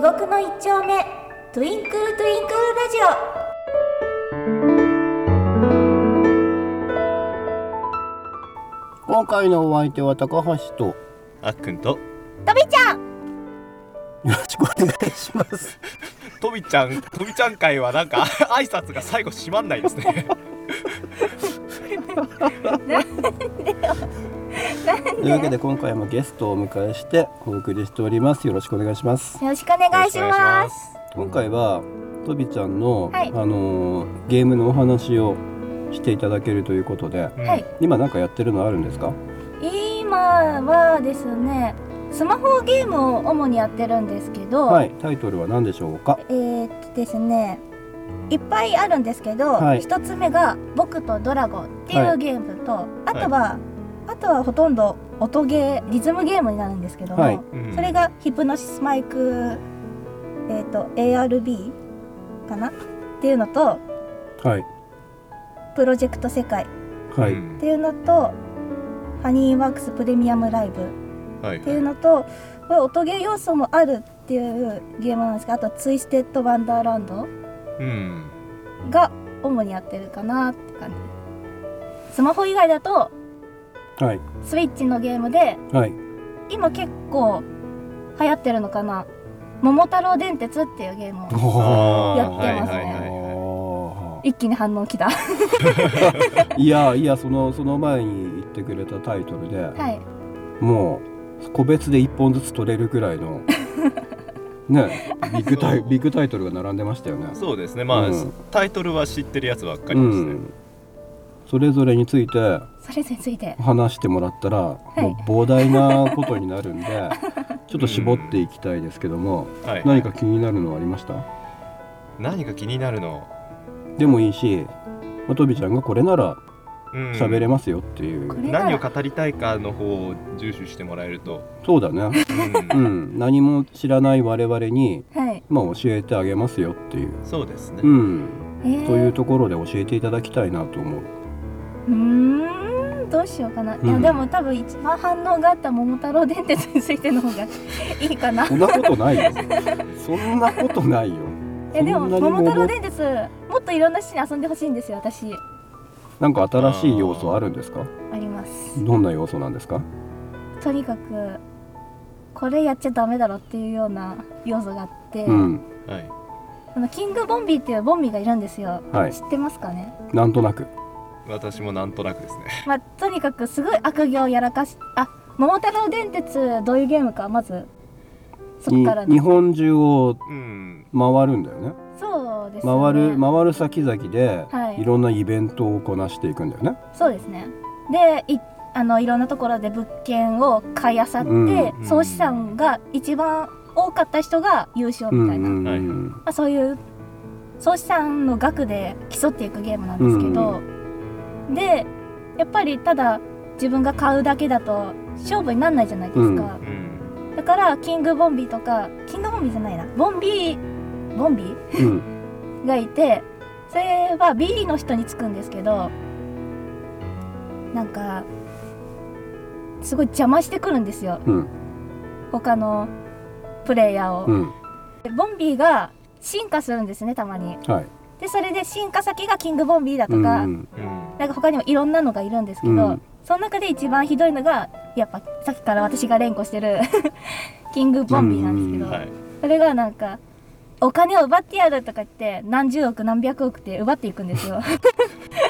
獄の一丁目トゥインクルトゥインクルラジ今回のお相手は高橋とよあっくんとオとびちゃんろしくお願いします。とびちゃんとびちゃん会はなんか 挨拶が最後閉まんないですねというわけで今回もゲストをお迎えしてお送りしております。よろしくお願いします。よろしくお願いしよろしくお願まいします今回はとびちゃんの、はいあのーゲームのお話をしていただけるということで、はい今なんかやってるのあるんですか？今はですねスマホゲームを主にやってるんですけど、はい。タイトルは何でしょうか？えー、っとですねいっぱいあるんですけど、はい一つ目が「僕とドラゴン」っていはういゲームと、あとは、あとはほとんど音ゲーリズムゲームになるんですけども、はいうんそれがヒプノシスマイク、えー、と ARB かなっていうのとはいプロジェクト世界はい、うんっていうのとハニーワークスプレミアムライブっはいていうのとこれ音ゲー要素もあるっていうゲームなんですけどあとツイステッドワンダーランドうんが主にやってるかなって感じスマホ以外だとはいスイッチのゲームではい。今結構流行ってるのかな「桃太郎電鉄」っていうゲームをおーあーやってますねはいはいはいはいお一気に反応きたはーいやいやそのその前に言ってくれたタイトルで、いもう個別で1本ずつ取れるくらい のねビッグタイビッグタイトルが並んでましたよね。そうですねまあ、うんタイトルは知ってるやつばっかりうですね、ん、それぞれについてそれについて話してもらったら、いもう膨大なことになるんで ちょっと絞っていきたいですけども、はい何か気になるのはありました何か気になるのでもいいし、まあ、とびちゃんがこれならうん喋れますよっていう、これなら何を語りたいかの方を重視してもらえると、そうだね、ううんん、何も知らない我々に、はいまあ、教えてあげますよっていう、そうですね、うん、えーというところで教えていただきたいなと思う。うーんどうしようかな、いやうんでも多分一番反応があった桃太郎電鉄についての方がいいか なそんなことない よ。そんなことないよ。えでもそんなに桃桃太郎電鉄もっといろんな人に遊んでほしいんですよ私なんか新しい要素あるんですか。ありますどんな要素なんですか。とにかくこれやっちゃダメだろっていうような要素があって、うん、はいあのキングボンビーっていうボンビーがいるんですよ、はい知ってますかねなんとなく。私もなんとなくですねまあとにかくすごい悪行をやらかしあ桃太郎電鉄どういうゲームかまずそこにから日ね本中をうん回るんだよね。そうですね回る、回る先々で、はいい、ろんなイベントをこなしていくんだよね。そうですねでいあのいろんなところで物件を買い漁って、うんうん総資産が一番多かった人が優勝みたいな、まんはいあ、そういう総資産の額で競っていくゲームなんですけど、でやっぱりただ自分が買うだけだと勝負にならないじゃないですか、うんだからキングボンビーとかキングボンビーじゃないなボンビーボンビーうん、がいてそれは B の人につくんですけどなんかすごい邪魔してくるんですようん、他のプレイヤーを、うん、でボンビーが進化するんですねたまにはい。でそれで進化先がキングボンビーだとうん、うか、ん、うんなんか他にもいろんなのがいるんですけど、うんその中で一番ひどいのがやっぱさっきから私が連呼してる キングボンビーなんですけど、うんはいそれがなんかお金を奪ってやるとか言って何十億何百億って奪っていくんですよ。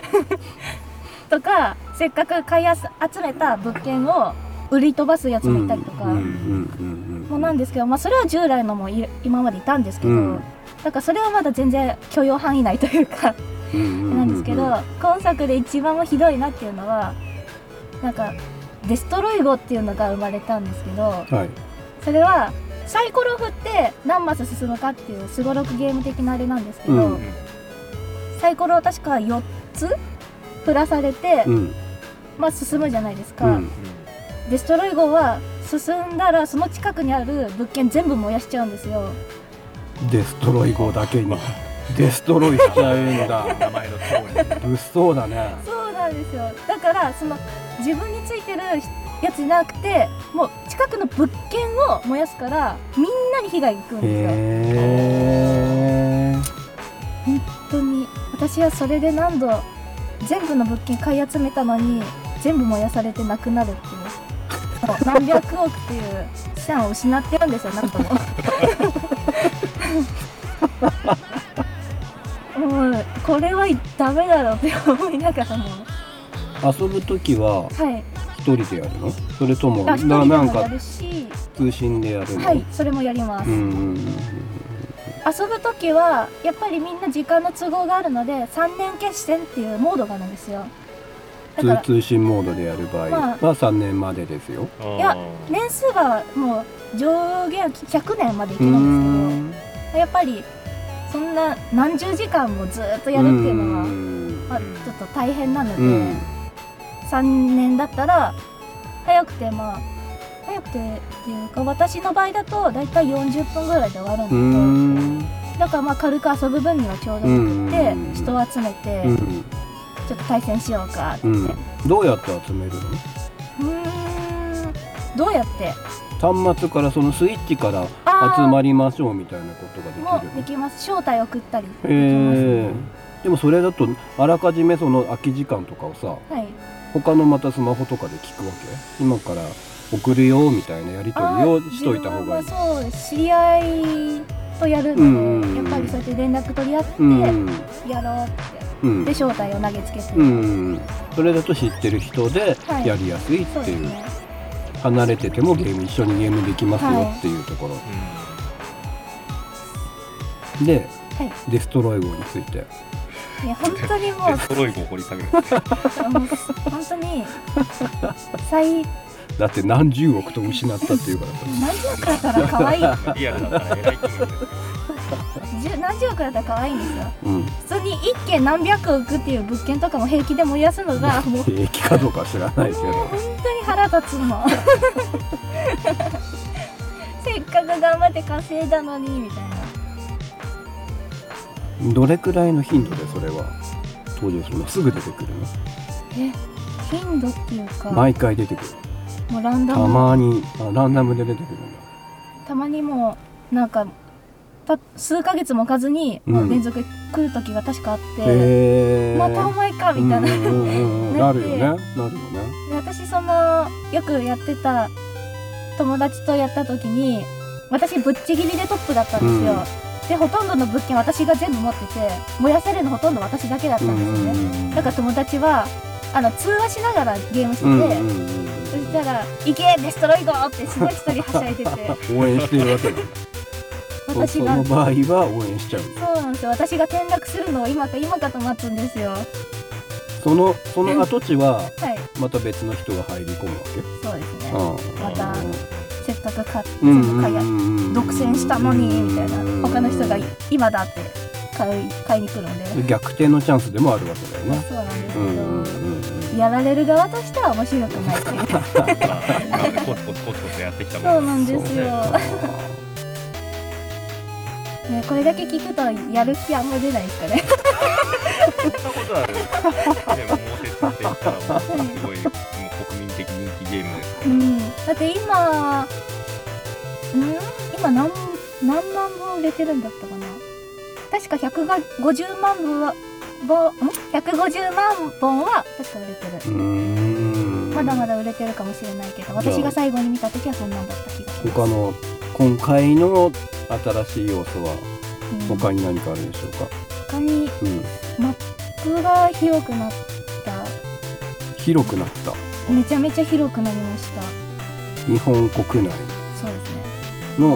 とかせっかく買いあす集めた物件を売り飛ばすやつもいたりとか、うん、うん、もうなんで。ですけど、まあ、それは従来のもい今までいたんですけど、うんなんかそれはまだ全然許容範囲内というかううなんですけど、は今作で一番ひどいなっていうのはなんかデストロイ語っていうのが生まれたんですけど。い。それはサイコロを振って何マス進むかっていうすごろくゲーム的なあれなんですけど、うんサイコロを確か4つプラされて、うん、まあ進むじゃないですうか、ん、デストロイ号は進んだらその近くにある物件全部燃やしちゃうんですよデストロイ号だけ に。デストロイしちゃうんだ。名前の通り物騒だね。そうなんですよだからその自分についてるやつじゃなくてもう近くの物件を燃やすからみんなに被害が来るんですよへえ本当に私はそれで何度全部の物件買い集めたのに全部燃やされてなくなるっていうそう何百億っていう資産を失ってるんですよ何度ももうこれはダメだろうって思いながらも遊ぶ時ははい一人でやるのそれともあ一人でななんもやかるし通信でやるの、はいそれもやります、うんうん遊ぶ時はやっぱりみんな時間の都合があるので3年決戦っていうモードがあるんですよだうかん、ら通通信モードでやる場合まは3年までですよ。いや年数はもう上限100年までいけうーるんでんすけどやっぱりそんな何十時間もずっとやるっていうのはうー、んまあ、ちょっと大変なので、うん3年だったら早くてまあ早くてっていうか私の場合だと大体40分ぐらいで終わるんうーでんだからまあ軽く遊ぶ分にはちょうどよくて、うん人を集めて、うんちょっと対戦しようかって、ううんどうやって集めるーんどうやっての端末からそのスイッチからあー集まりましょうみたいなことがもできるでのきます招待送ったりできます、へえでもそれだとあらかじめその空き時間とかをさはい他のまたスマホとかで聞くわけ今から送るよみたいなやり取りをーしといた方がいい自分はそう知り合いとやるので、うんうんうんやっぱりそうやって連絡取り合って、うんやろうってうんで招待を投げつけて、うんそれだと知ってる人ではいやりやすいっそうてですいうね離れててもゲーム一緒にゲームできますよっていうところ、で、はいデストロイ号についていや本当にもうん、で揃い子を掘り下げるうもう本当に最だって何十億と失ったっていうからさ何十億だったら可愛いリアルだったら偉い金額だよ十何十億だったら可愛いんですようん普通に一軒何百億っていう物件とかも平気で燃やすのがもう平気かどうかは知らないけもうど本当に腹立つ のせっかく頑張って稼いだのにみたいなどれくらいの頻度でそれは登場するのすぐ出てくるのえ頻度っていうか、毎回出てくるもうランダたムまにあランダムで出てくるんだたまにもうなんかた数ヶ月も置かずに、うんもう連続で来る時が確かあって、へえまたお前かみたいな、うんうんうんうんななっるてよねなるよねで私そのよくやってた友達とやった時に私ぶっちぎりでトップだったんですよ、でほとんどの物件私が全部持ってて燃やせるのほとんど私だけだったうんですよんね、うんだから友達はあの通話しながらゲームしてて、うんうんうんそしたら「行けデストロイゴ!」ってすごい一人はしゃ いでて応援してるわけだそ私そがの場合は応援しちゃうそうなんですよ私が転落するのを今か今かと待つんですよはそのその跡地はいまた別の人が入り込むわけそうですねままたせっかく買ってうん全部買い独占したのにみたいな他の人がで今だって買い買いに来るんでそう逆転のチャンスでもあるわけだよねなんですけど、うんうんうんやられる側としては面白くないっていうまあまあコツコツコツコツやってきたもんそうなんうんですよ、ね、これだけ聞くとやる気あんま出ないですかねそんなことある。でも、モテって言ったら、もうすごい、もう国民的人気ゲームです。うんだって今うん今何何万本売れてるんだったかな確か150万本は本ん150万本は確か売れてるう、んまだまだ売れてるかもしれないけど私が最後に見た時はそんなんだった気がします他の今回の新しい要素はうん他に何かあるでしょうか、他にうん、服が広くなった広くなっためちゃめちゃ広くなりました日本国内そうですねの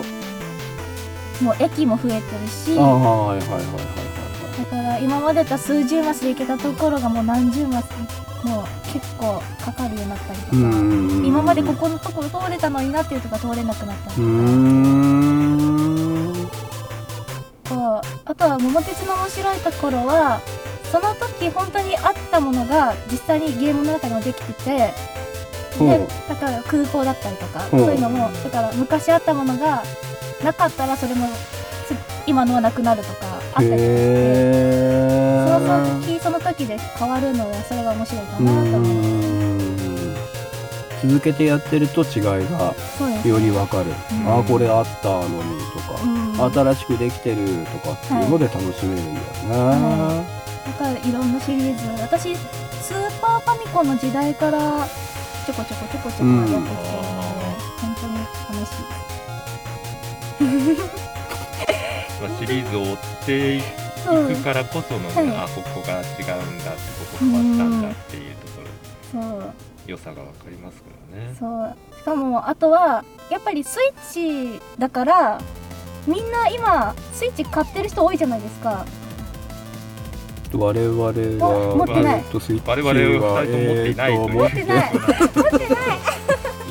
もう駅も増えてるしああはいはいはいはいだから今までだった数十マスで行けたところがもう何十マスもう結構かかるようになったりとか、はい今までここのところ通れたのになっていうとか通れなくなったりうーんとか、あとは「桃鉄」の面白いところはその時本当にあったものが実際にゲームの中にもできてて。ほでうだから空港だったりとかうそんういうのもだから昔あったものがなかったらそれもす今のはなくなるとかあったりとかしてそのへえ時その時で変わるのはそれが面白いかなうーと思う。ん続けてやってると違いがそうですよりわかる、うんああこれあったのにとか、うん新しくできてるとかっていうので楽しめるんだよね、はだからいろんなシリーズ私スーパーファミコンの時代からちょこちょこちょこちょこやってきてるので、うん本当に楽しいまあシリーズを追っていそうくからこその、はいあここが違うんだってここ変わったんだっていうところそう良さが分かりますからねそうしかもあとはやっぱりスイッチだからみんな今スイッチ買ってる人多いじゃないですか我々はあ持ってないえーとスイッチは我々は二人とも持っていないえーとという持ってない持ってない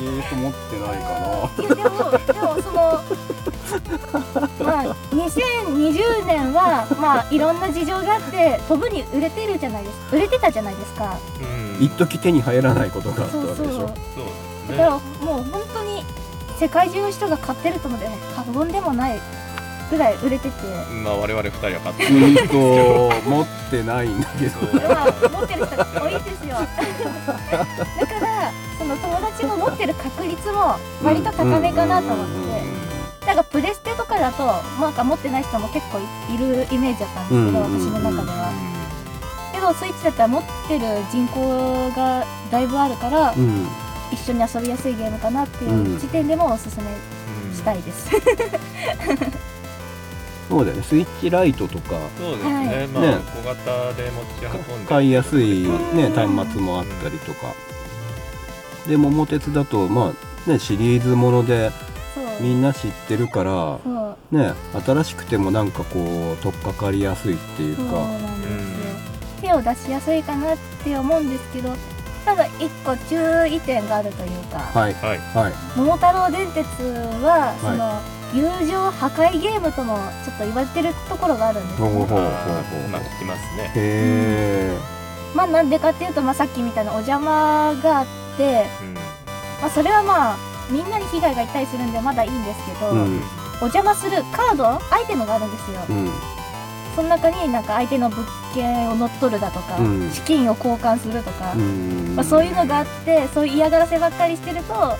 えーと持っていないかやでもでもそのまあ2020年はまあいろんな事情があって飛ぶに売れてるじゃないです売れてたじゃないですかうんな一時手に入らないことがあったそわうけそうでしょだそうですかねらもう本当に世界中の人が買ってると思うので過言でもないぐらい売れててまあ我々二人は買ってうんと持ってないんだけどそうまあ持ってる人多いん ですよだからその友達が持ってる確率も割と高めかなと思うんうんっうんてうんなんかプレステとかだとなんか持ってない人も結構いいるイメージだったんですけど、うんうんうん私の中ではけどスイッチだったら持ってる人口がだいぶあるから、うん一緒に遊びやすいゲームかなっていう時点でもおすすめうんしたいです、そうだよねスイッチライトとかそうですね、はまあ、ね小型で持ち運んで買いやすい、ね、うん端末もあったりとかで桃鉄だとまあねシリーズもので そうみんな知ってるからそうね新しくてもなんかこう取っかかりやすいっていうそうかなんですよう、手を出しやすいかなって思うんですけどただ一個注意点があるというか、はいはいはい桃太郎電鉄は、いその友情破壊ゲームともちょっと言われてるところがあるんですほうよほうほうほうまあ聞きますねへえまあなんでかっていうと、まあ、さっきみたいなお邪魔があって、うんまあ、それはまあみんなに被害がいったりするんでまだいいんですけど、うおん邪魔するカードアイテムがあるんですよ、うんその中になんか相手の物件を乗っ取るだとか、うん資金を交換するとか、うんまあ、そういうのがあってそういう嫌がらせばっかりしてると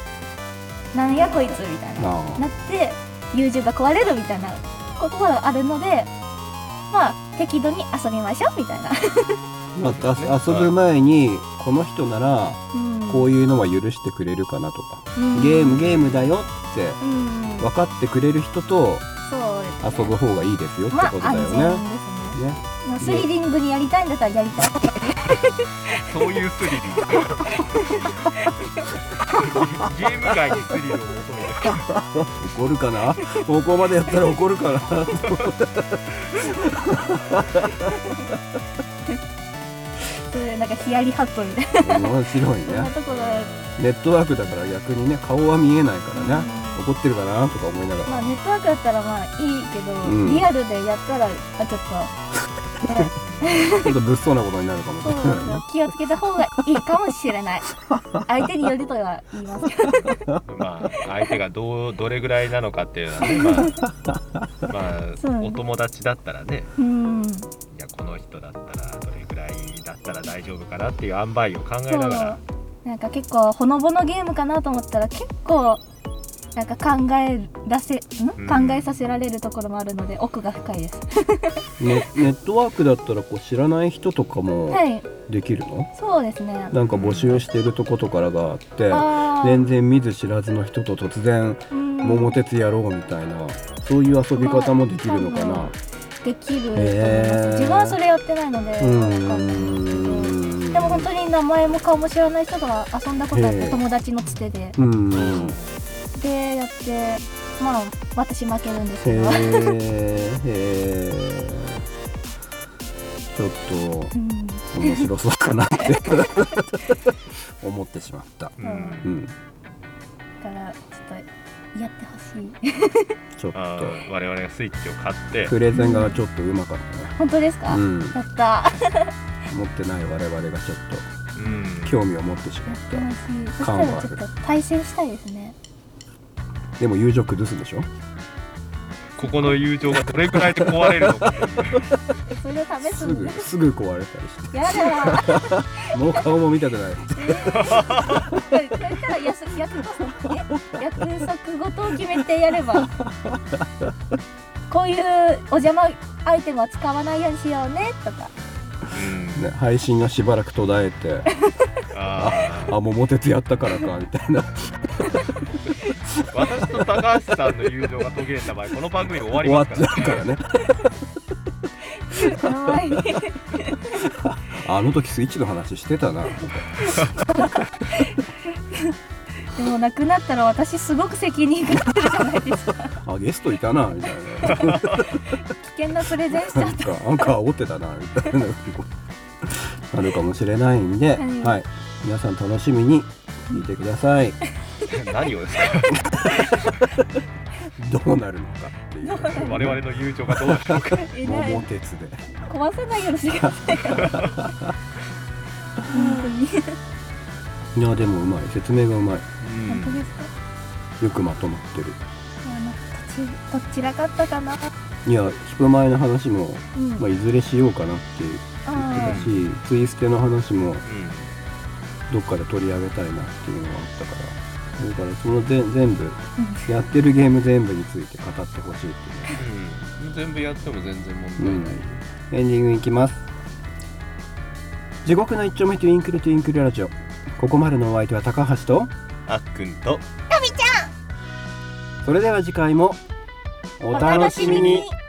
なんやこいつみたいなああなって友情が壊れるみたいなことがあるのでまあ適度に遊びましょうみたいな、また遊ぶ前にこの人ならうんこういうのは許してくれるかなとかうんゲームゲームだよってうん分かってくれる人とそうですね遊ぶ方がいいですよってまあことだ安全でよすね。ねねまあスリリングにやりたいんだったらやりたいそういうスリルゲーム外にスリルを求めて怒るかな ここまでやったら怒るかな そういうなんかヒヤリハットみたい面白いなねところがあるネットワークだから逆にね顔は見えないからね怒ってるかなとか思いながらまあネットワークだったらまあいいけど、うんリアルでやったらあちょっと、ね、ちょっと物騒なことになるかもしそうれそなういそねう気をつけた方がいいかもしれない相手によるとは言いますけどまあ相手がどうどれぐらいなのかっていうのは、ね、まあ、そうまなあ、んだお友達だったらねうんいやこの人だったらどれぐらいだったら大丈夫かなっていう塩梅を考えながらなんか結構ほのぼのゲームかなと思ったら結構なんか考え出せうんん考えさせられるところもあるので奥が深いです、ねネットワークだったらこう知らない人とかもはいできるのそうですねなんか募集してるとことからがあってあー全然見ず知らずの人と突然うん桃鉄やろうみたいなそういう遊び方もできるのかなできると思います、へー自分はそれやってないのでわうかんないですけどんでも本当に名前も顔も知らない人が遊んだことあっへてー友達のつてでうんでやってまあ私負けるんですへけど、えへえちょっうんと面白そうかなって思ってしまったんううんんだからちょっとやってほしい ちょっあとー我々がスイッチを買ってプレゼンがちょっとうまかった本当ですか、ねうんやった持ってない我々がちょっうんと興味を持ってしまやっってほしいそした感はらあちるょっと対戦したいですねたでも友情崩すでしょここの友情がどれぐらいで壊れるのかえそれを試すすのぐすぐ壊れたりしやだてもう顔も見たくないそしたら約束約束え約束事を決めてやればこういうお邪魔アイテムは使わないようにしようねとかうんね、配信がしばらく途絶えてああ桃鉄やったからかみたいなー私と高橋さんの友情が途切れた場合この番組終わり終わまっすちかゃらねうからねかわいいあの時スイッチの話してたなみたいなでもなくなったら私すごく責任があるじゃないです かあゲストいたなみたいな危険なプレゼンしちゃなっんかなんか煽ってたなみたいなあるかもしれないんはで、いはい、皆さん楽しみに聞いてください何をですかどうなるのかっていう我々の友情がどうなるのかたいない桃鉄で壊さないようにしてくださいよ本当にいやでもうまい説明がうまい本当ですかよくまとまってるあのどっちどちらかったかな、いやヒプマイの話も、うんまあ、いずれしようかなっていうあし、ツイステの話もうんどっかで取り上げたいなっていうのがあったからだからそのぜ全部やってるゲーム全部について語ってほしいっていううん全部やっても全然問題ない、エンディングいきます地獄の一丁目とインクルとインクルラジオここまでのお相手は高橋とあっくんとそれでは次回もお楽しみにお楽しみ